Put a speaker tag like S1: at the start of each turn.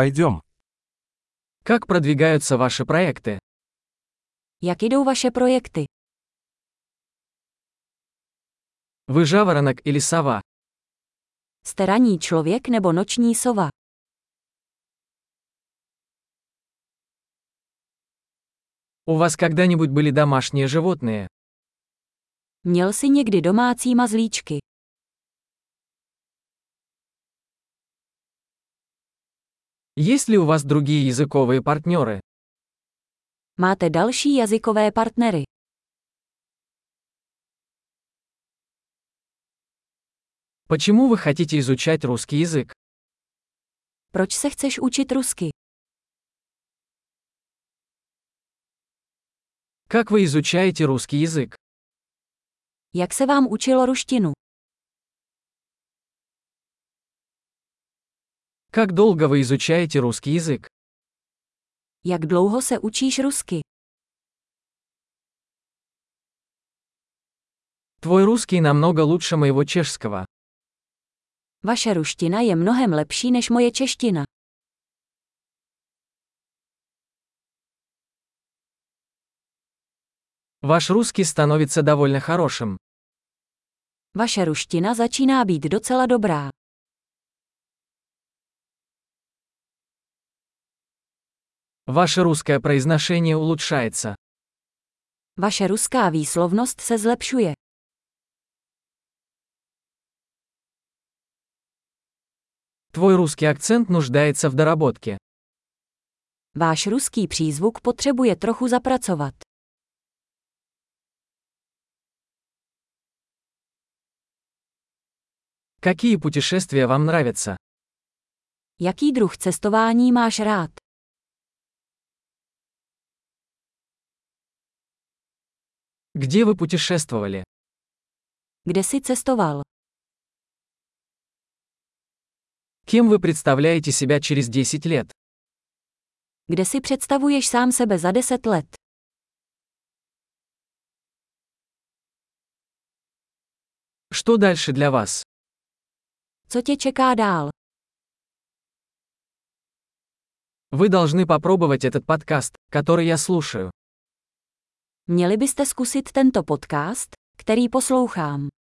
S1: Пойдем.
S2: Как продвигаются ваши проекты?
S3: Jak jdou vaše projekty?
S2: Вы жаворонок или сова?
S3: Jste ranní člověk nebo noční sova?
S2: У вас когда-нибудь были домашние животные?
S3: Měl jsi někdy domácí mazlíčky?
S2: Есть ли у вас другие языковые партнеры?
S3: Máte další jazykové partnery?
S2: Почему вы хотите изучать русский язык?
S3: Proč se chceš učit rusky?
S2: Как вы изучаете русский язык?
S3: Jak se vám učilo ruštinu?
S2: Как долго вы изучаете русский язык?
S3: Jak dlouho se učíš rusky?
S2: Твой русский намного лучше моего чешского.
S3: Vaše ruština je mnohem lepší než moje čeština.
S2: Ваш русский становится довольно хорошим.
S3: Vaše ruština začíná být docela dobrá.
S2: Ваше русское произношение улучшается.
S3: Vaše ruská výslovnost se zlepšuje.
S2: Твой русский акцент нуждается в доработке.
S3: Váš ruský přízvuk potřebuje trochu zapracovat.
S2: Какие путешествия вам нравятся?
S3: Jaký druh cestování máš rád?
S2: Где вы путешествовали?
S3: Kde jsi cestoval?
S2: Кем вы представляете себя через 10 лет?
S3: Kde si představuješ sám sebe za 10 let?
S2: Что дальше для вас?
S3: Co tě čeká dál?
S2: Вы должны попробовать этот подкаст, который я слушаю.
S3: Měli byste zkusit tento podcast, který poslouchám.